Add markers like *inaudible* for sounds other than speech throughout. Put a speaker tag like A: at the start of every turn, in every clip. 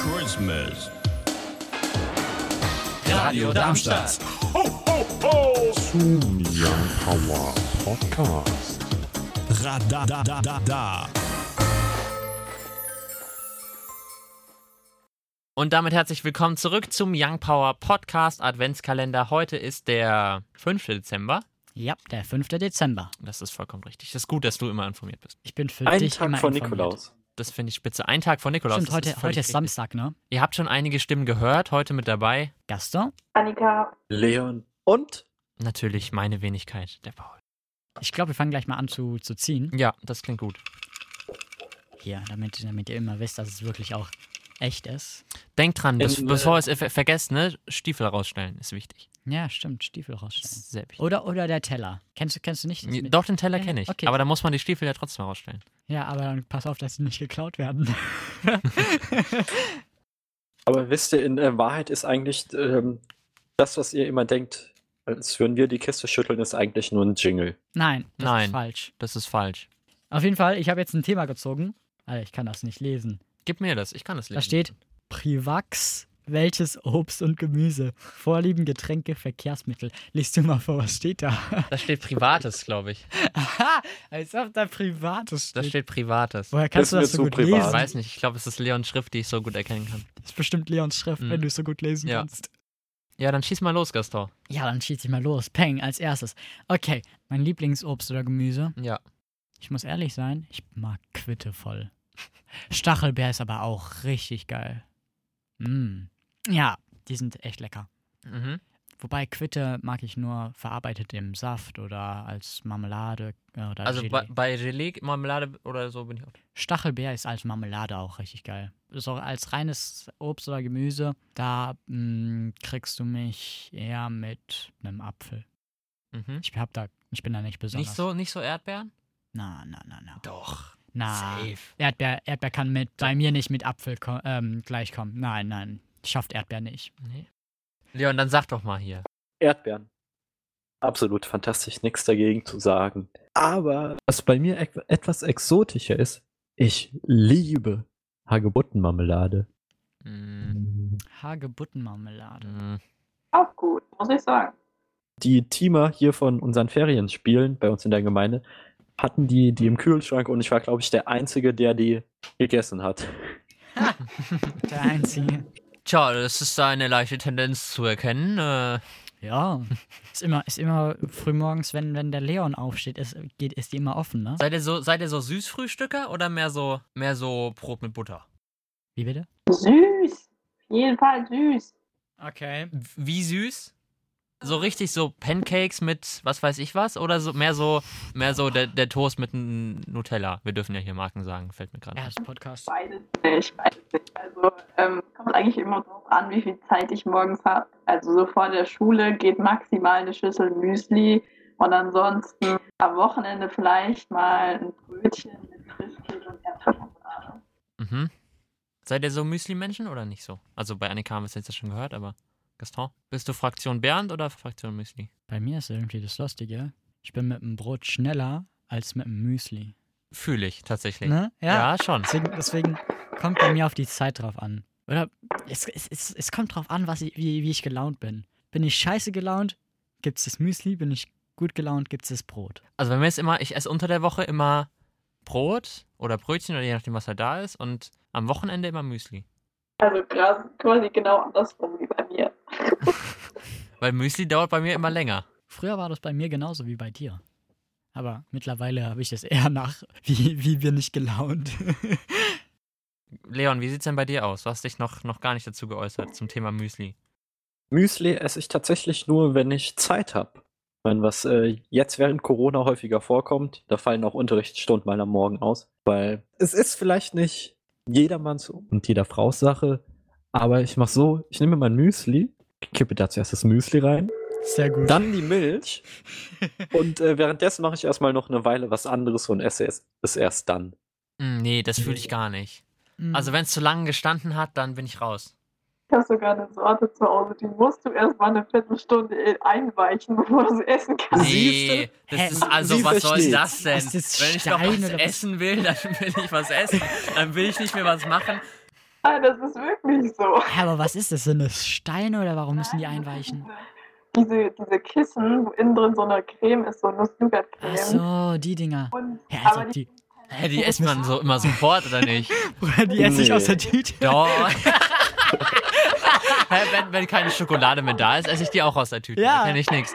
A: Christmas. Radio Darmstadt.
B: Zum Young Power Podcast.
A: Radadadadada. da, da, da, da.
C: Und damit herzlich willkommen zurück zum Young Power Podcast Adventskalender. Heute ist der 5. Dezember.
D: Ja, der 5. Dezember.
C: Das ist vollkommen richtig. Das ist gut, dass du immer informiert bist.
D: Ich bin für
E: Einen
D: dich
E: Tag
D: immer
E: vor
D: informiert.
E: Nikolaus.
C: Das finde ich spitze. Ein Tag vor Nikolaus.
D: Stimmt,
C: das
D: heute,
C: ist
D: ist,
C: völlig
D: heute ist
C: richtig.
D: Samstag, ne?
C: Ihr habt schon einige Stimmen gehört. Heute mit dabei
D: Gaston?
F: Annika,
E: Leon. Und?
C: natürlich meine Wenigkeit, der Paul.
D: Ich glaube, wir fangen gleich mal an zu, zu ziehen.
C: Ja, das klingt gut.
D: Hier, damit, damit ihr immer wisst, dass es wirklich auch echt ist.
C: Denkt dran, bes-
E: In, äh,
C: bevor es ver vergesst, ne? Stiefel rausstellen ist wichtig.
D: Ja, stimmt, Stiefel rausstellen.
C: Sehr wichtig.
D: Oder, oder der Teller. Kennst du, kennst du nicht? Oh, das mit-
C: Doch, den Teller
D: Ja,
C: kenne ich.
D: okay.
C: Aber da muss man die Stiefel ja trotzdem rausstellen.
D: Ja, aber dann pass auf, dass sie nicht
C: *laughs*
D: geklaut werden.
E: Aber wisst ihr, in äh, Wahrheit ist eigentlich ähm, das, was ihr immer denkt, als würden wir die Kiste schütteln, ist eigentlich nur ein Jingle.
D: Nein, das
C: Nein.
D: ist falsch.
C: Das ist falsch.
D: Auf jeden Fall, ich habe jetzt ein Thema gezogen. Alter, ich kann das nicht lesen.
C: Gib mir das, ich kann das lesen.
D: Da steht Privax. Welches Obst und Gemüse? Vorlieben, Getränke, Verkehrsmittel. Liest du mal vor, was steht da? *laughs*
C: Da steht Privates, glaube ich.
D: Aha, als ob da Privates
C: Da
D: steht.
C: steht Privates.
D: Woher kannst du
E: Ist mir
D: das so
E: zu
D: gut
E: privat.
C: Ich
D: lesen?
C: weiß nicht, ich glaube, es ist Leons Schrift, die ich so gut erkennen kann.
D: Das ist bestimmt Leons Schrift,
C: Mhm.
D: wenn du es so gut lesen
C: Ja.
D: kannst.
C: Ja, dann schieß mal los, Gaston.
D: Ja, dann schieß ich mal los. Peng, als erstes. Okay, mein Lieblingsobst oder Gemüse.
C: Ja.
D: Ich muss ehrlich sein, ich mag Quitte voll. Stachelbeer ist aber auch richtig geil. Mm. Ja, die sind echt lecker.
C: Mhm.
D: Wobei Quitte mag ich nur verarbeitet im Saft oder als Marmelade äh, oder
C: Also
D: Gelee.
C: bei, bei Gelee, Marmelade oder so bin ich auch.
D: Stachelbeer ist als Marmelade auch richtig geil. Ist auch als reines Obst oder Gemüse, da mm, kriegst du mich eher mit einem Apfel.
C: Mhm.
D: Ich hab da, ich bin da nicht besonders.
C: Nicht so, nicht so Erdbeeren?
D: Na, na, na, na.
C: Doch.
D: Na.
C: Safe.
D: Erdbeer, Erdbeer kann mit, bei mir nicht mit Apfel ko ähm, gleichkommen. Nein, nein. Schafft Erdbeer nicht.
C: Nee. Leon, dann sag doch mal hier.
E: Erdbeeren. Absolut fantastisch, nichts dagegen zu sagen. Aber was bei mir e etwas exotischer ist, ich liebe Hagebuttenmarmelade.
C: Mhm.
D: Hagebuttenmarmelade.
C: Mhm.
F: auch gut, muss ich sagen.
E: die Teamer hier von unseren Ferienspielen bei uns in der Gemeinde hatten die, die im Kühlschrank und ich war, glaube ich, der Einzige, der die gegessen hat.
D: Der einzige.
C: Tja, das ist eine leichte Tendenz zu erkennen. Äh,
D: Ja. Ist immer, ist immer frühmorgens, wenn, wenn der Leon aufsteht, ist, geht, ist die immer offen, ne?
C: seid, ihr so, seid ihr so Süßfrühstücker oder mehr so, mehr so Brot mit Butter?
D: Wie bitte?
F: Süß, auf jeden Fall süß.
D: Okay.
C: W- Wie süß? So richtig so Pancakes mit was weiß ich was? Oder so mehr so, mehr so der, der Toast mit n- Nutella? Wir dürfen ja hier Marken sagen, fällt mir gerade.
D: Er
C: ein.
D: ist Podcast.
F: Beides nicht, beides nicht. Also ähm, kommt eigentlich immer drauf an, wie viel Zeit ich morgens habe. Also so vor der Schule geht maximal eine Schüssel Müsli und ansonsten am Wochenende vielleicht mal ein Brötchen mit Frischkäse und Erdbeermarmelade.
C: Mhm. Seid ihr so Müsli-Menschen oder nicht so? Also bei Annika haben wir es jetzt ja schon gehört, aber Gaston, bist du Fraktion Bernd oder Fraktion Müsli?
D: Bei mir ist irgendwie das Lustige. Ich bin mit dem Brot schneller als mit dem Müsli.
C: Fühle ich tatsächlich.
D: Ne?
C: Ja, schon.
D: Deswegen, deswegen kommt bei mir auf die Zeit drauf an. Oder es, es, es, es kommt drauf an, was ich, wie, wie ich gelaunt bin. Bin ich scheiße gelaunt, gibt's das Müsli. Bin ich gut gelaunt, gibt's das Brot.
C: Also bei mir ist immer, ich esse unter der Woche immer Brot oder Brötchen oder je nachdem, was halt da ist und am Wochenende immer Müsli.
F: Also krass, quasi genau andersrum wie bei mir.
C: Weil Müsli dauert bei mir immer länger.
D: Früher war das bei mir genauso wie bei dir. Aber mittlerweile habe ich das eher nach, *laughs* wie, wie bin ich gelaunt. *laughs*
C: Leon, wie sieht's denn bei dir aus? Du hast dich noch, noch gar nicht dazu geäußert zum Thema Müsli.
E: Müsli esse ich tatsächlich nur, wenn ich Zeit habe. Wenn was äh, jetzt während Corona häufiger vorkommt, da fallen auch Unterrichtsstunden mal am Morgen aus, weil es ist vielleicht nicht jedermanns und jeder Frau's Sache, aber ich mache so, ich nehme mein Müsli, kippe da zuerst das Müsli rein,
D: Sehr gut.
E: Dann die Milch. Und äh, währenddessen mache ich erstmal noch eine Weile was anderes und esse es, es erst dann.
C: Mm, nee, das fühle ich gar nicht.
D: Mm.
C: Also wenn es zu lange gestanden hat, dann bin ich raus.
F: Ich habe sogar eine Sorte zu Hause, die musst du erst mal eine Viertelstunde einweichen, *laughs* bevor du sie essen kannst.
C: Nee,
D: Hä?
C: das ist also,
E: Sie
C: was soll das
E: versteht's.
C: denn?
D: Ist das
C: Wenn ich noch
D: Stein
C: was
D: oder was?
C: essen will, dann will ich was essen. Dann will ich nicht mehr was machen.
F: Ah, das ist wirklich so.
D: Hä, aber was ist das? Sind das Steine oder warum müssen die einweichen?
F: Diese, diese Kissen, wo innen drin so eine Creme ist, so
D: Ach
F: Nuss-Nougat-Creme.
D: so, also die Dinger.
F: Und,
D: Hä, als
F: aber
D: ob
F: die,
D: die.
C: Hä, die isst
D: *laughs*
C: man so immer sofort, oder *laughs* nicht?
D: Bruder, die esse ich
E: Nee.
D: aus der Tüte.
C: Doch. Hä, wenn, wenn keine Schokolade mehr da ist, esse ich die auch aus der Tüte.
D: Ja.
C: Ja. Kenne ich nichts.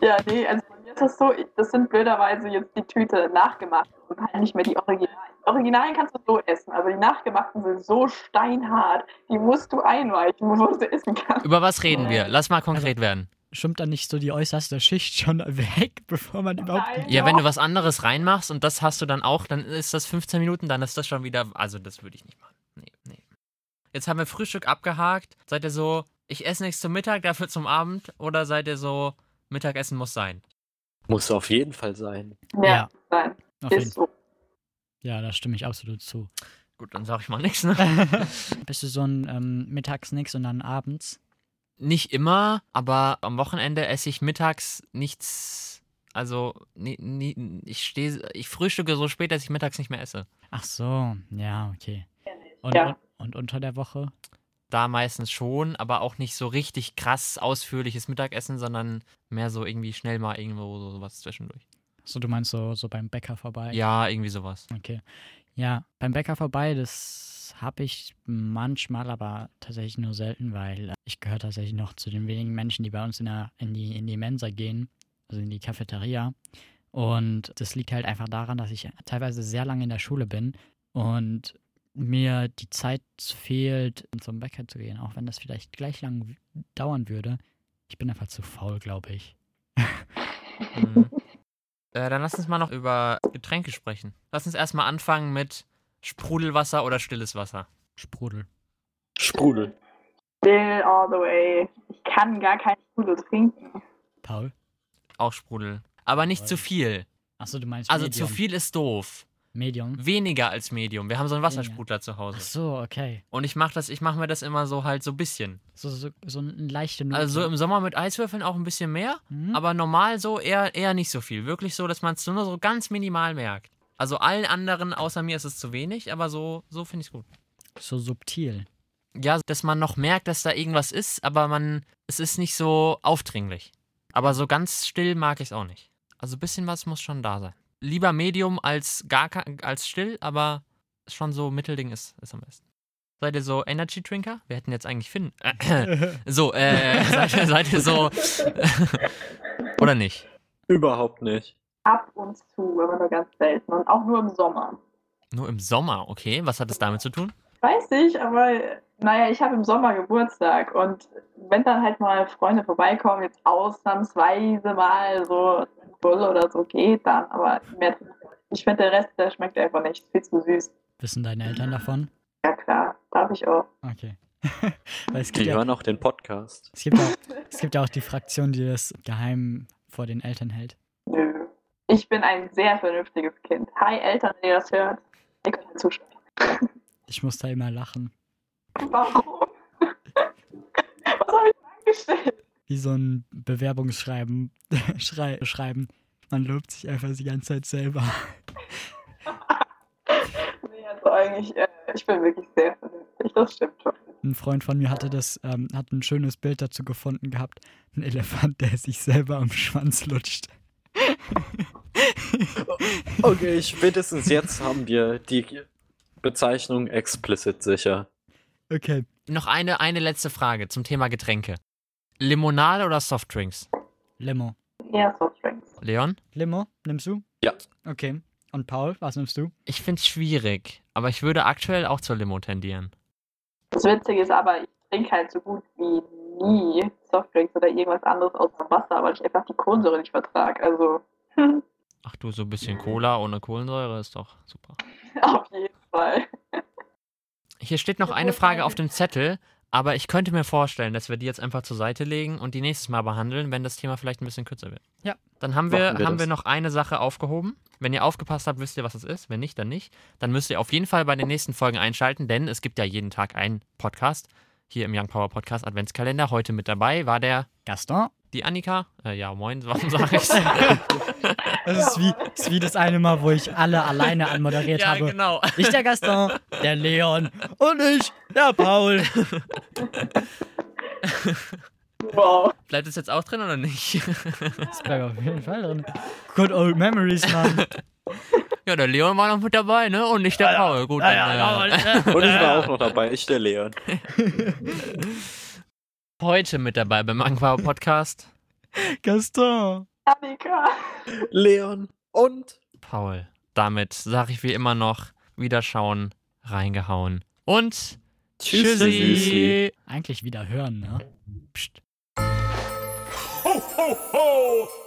F: ja, nee, also bei mir ist das so, ich- das sind blöderweise jetzt die Tüte nachgemacht und halt nicht mehr die Originalen. Die Originalen kannst du so essen, aber die nachgemachten sind so steinhart, die musst du einweichen, bevor du sie essen kannst.
C: Über was reden wir? Lass mal konkret werden.
D: Schwimmt dann nicht so die äußerste Schicht schon weg, *laughs* bevor man überhaupt.
F: Nein.
C: Ja, wenn du was anderes reinmachst und das hast du dann auch, dann ist das 15 Minuten, dann ist das schon wieder. Also, das würde ich nicht machen. Nee, nee. Jetzt haben wir Frühstück abgehakt. Seid ihr so, ich esse nichts zum Mittag, dafür zum Abend? Oder seid ihr so, Mittagessen muss sein?
E: Muss auf jeden Fall sein.
D: Ja.
F: Nein,
D: Auf jeden.
F: ist so.
D: Ja, da stimme ich absolut zu.
C: Gut, dann sag ich mal nichts, ne?
D: Bist du so ein ähm, Mittagsnix und dann abends?
C: Nicht immer, aber am Wochenende esse ich mittags nichts. Also, ni- ni- ich stehe, ich frühstücke so spät, dass ich mittags nicht mehr esse.
D: Ach so, ja, okay. Und,
F: Ja.
D: und, und unter der Woche?
C: Da meistens schon, aber auch nicht so richtig krass ausführliches Mittagessen, sondern mehr so irgendwie schnell mal irgendwo so sowas zwischendurch.
D: So, du meinst so, so beim Bäcker vorbei?
C: Ja, irgendwie sowas.
D: Okay. Ja, beim Bäcker vorbei, das habe ich manchmal, aber tatsächlich nur selten, weil äh, ich gehöre tatsächlich noch zu den wenigen Menschen, die bei uns in, der, in, die, in die Mensa gehen, also in die Cafeteria. Und das liegt halt einfach daran, dass ich teilweise sehr lange in der Schule bin und mir die Zeit fehlt, um zum Bäcker zu gehen, auch wenn das vielleicht gleich lang w- dauern würde. Ich bin einfach zu faul, glaube ich. *laughs*
C: Mhm. Äh, dann lass uns mal noch über Getränke sprechen. Lass uns erstmal anfangen mit Sprudelwasser oder stilles Wasser.
D: Sprudel.
E: Sprudel.
F: Still all the way. Ich kann gar kein Sprudel trinken.
D: Paul?
C: Auch Sprudel. Aber nicht zu viel.
D: Achso, du meinst
C: Also
D: Medium.
C: zu viel ist doof.
D: Medium.
C: weniger als Medium. Wir haben so einen
D: Weniger.
C: Wassersprudler zu
D: Ach
C: Hause.
D: so, okay.
C: Und ich mache das, ich mache mir das immer so halt so ein bisschen.
D: So, so, so eine leichte Note.
C: Also so im Sommer mit Eiswürfeln auch ein bisschen mehr,
D: Hm?
C: aber normal so eher, eher nicht so viel. Wirklich so, dass man es nur so ganz minimal merkt. Also allen anderen außer mir ist es zu wenig, aber so, so finde ich es gut.
D: so subtil.
C: Ja, dass man noch merkt, dass da irgendwas ist, aber man, es ist nicht so aufdringlich. Aber so ganz still mag ich es auch nicht. Also ein bisschen was muss schon da sein. Lieber Medium als gar ke- als still, aber schon so Mittelding ist, ist am besten. Seid ihr so Energy Drinker? Wir hätten jetzt eigentlich Finn. *clears throat* so, äh, *laughs* seid, ihr- seid ihr so. *laughs* oder nicht?
E: Überhaupt nicht.
F: Ab und zu, aber nur ganz selten. Und auch nur im Sommer.
C: Nur im Sommer, okay. Was hat es damit zu tun?
F: Weiß ich, aber äh, naja, ich habe im Sommer Geburtstag und wenn dann halt mal Freunde vorbeikommen, jetzt ausnahmsweise mal so ein Bull oder so geht dann, aber mehr, ich finde der Rest, der schmeckt einfach nicht, viel zu süß.
D: Wissen deine Eltern davon?
F: Ja klar, darf ich auch.
D: Okay. *laughs* Weil es gibt
E: Die
D: ja,
E: hören auch den Podcast.
D: es gibt ja, es gibt ja auch die Fraktion, die das geheim vor den Eltern hält.
F: Nö. Ich bin ein sehr vernünftiges Kind. Hi Eltern, wenn ihr das hört, ihr könnt mir zuschauen.
D: Ich muss da immer lachen.
F: Warum? *laughs* Was habe ich angestellt?
D: Wie so ein Bewerbungsschreiben *laughs* Schrei schreiben. Man lobt sich einfach die ganze Zeit selber.
F: Nee, also eigentlich, äh, ich bin wirklich sehr vernünftig, das stimmt schon.
D: Ein Freund von mir hatte das, ähm, hat ein schönes Bild dazu gefunden gehabt. Ein Elefant, der sich selber am Schwanz lutscht.
E: Okay, spätestens jetzt haben wir die Bezeichnung explicit sicher.
D: Okay.
C: Noch eine, eine letzte Frage zum Thema Getränke. Limonade oder Softdrinks?
D: Limo.
F: Eher Softdrinks.
C: Leon?
D: Limo, nimmst du?
E: Ja.
D: Okay. Und Paul, was nimmst du?
C: Ich finde es schwierig, aber ich würde aktuell auch zur Limo tendieren.
F: Das Witzige ist aber, ich trinke halt so gut wie nie Softdrinks oder irgendwas anderes außer Wasser, weil ich einfach die Kohlensäure nicht vertrage. Also *laughs*
C: Ach du, so ein bisschen Cola ohne Kohlensäure ist doch super.
F: auf jeden Fall.
C: Hier steht noch eine Frage auf dem Zettel, aber ich könnte mir vorstellen, dass wir die jetzt einfach zur Seite legen und die nächstes Mal behandeln, wenn das Thema vielleicht ein bisschen kürzer wird.
D: Ja.
C: Dann haben wir,
E: Machen wir
C: haben wir
E: das.
C: noch eine Sache aufgehoben. Wenn ihr aufgepasst habt, wisst ihr, was es ist. Wenn nicht, dann nicht. Dann müsst ihr auf jeden Fall bei den nächsten Folgen einschalten, denn es gibt ja jeden Tag einen Podcast. Hier im Young Power Podcast Adventskalender. Heute mit dabei war der
D: Gaston.
C: die Annika. Äh, ja, moin, warum sage ich's?
D: Das ist wie, ist wie das eine Mal, wo ich alle alleine
C: *laughs*
D: anmoderiert
C: ja,
D: habe.
C: genau.
D: Ich der Gaston, der Leon und ich, der Paul.
F: Wow.
C: Bleibt es jetzt auch drin oder nicht? *laughs*
D: Das bleibt auf jeden Fall drin. Good old memories,
C: *laughs*
D: Mann.
C: ja, der Leon war noch mit dabei, ne? Und nicht der Paul. Gut, dann, äh,
E: Und ich war auch noch dabei, ich der Leon.
C: heute mit dabei beim Aqua Podcast.
D: Gaston.
F: Annika.
E: Leon und
C: Paul. Damit sage ich wie immer noch, wiederschauen, reingehauen. Und tschüssi.
E: Tschüssi.
D: Eigentlich wieder hören, ne?
B: Ho, ho, ho!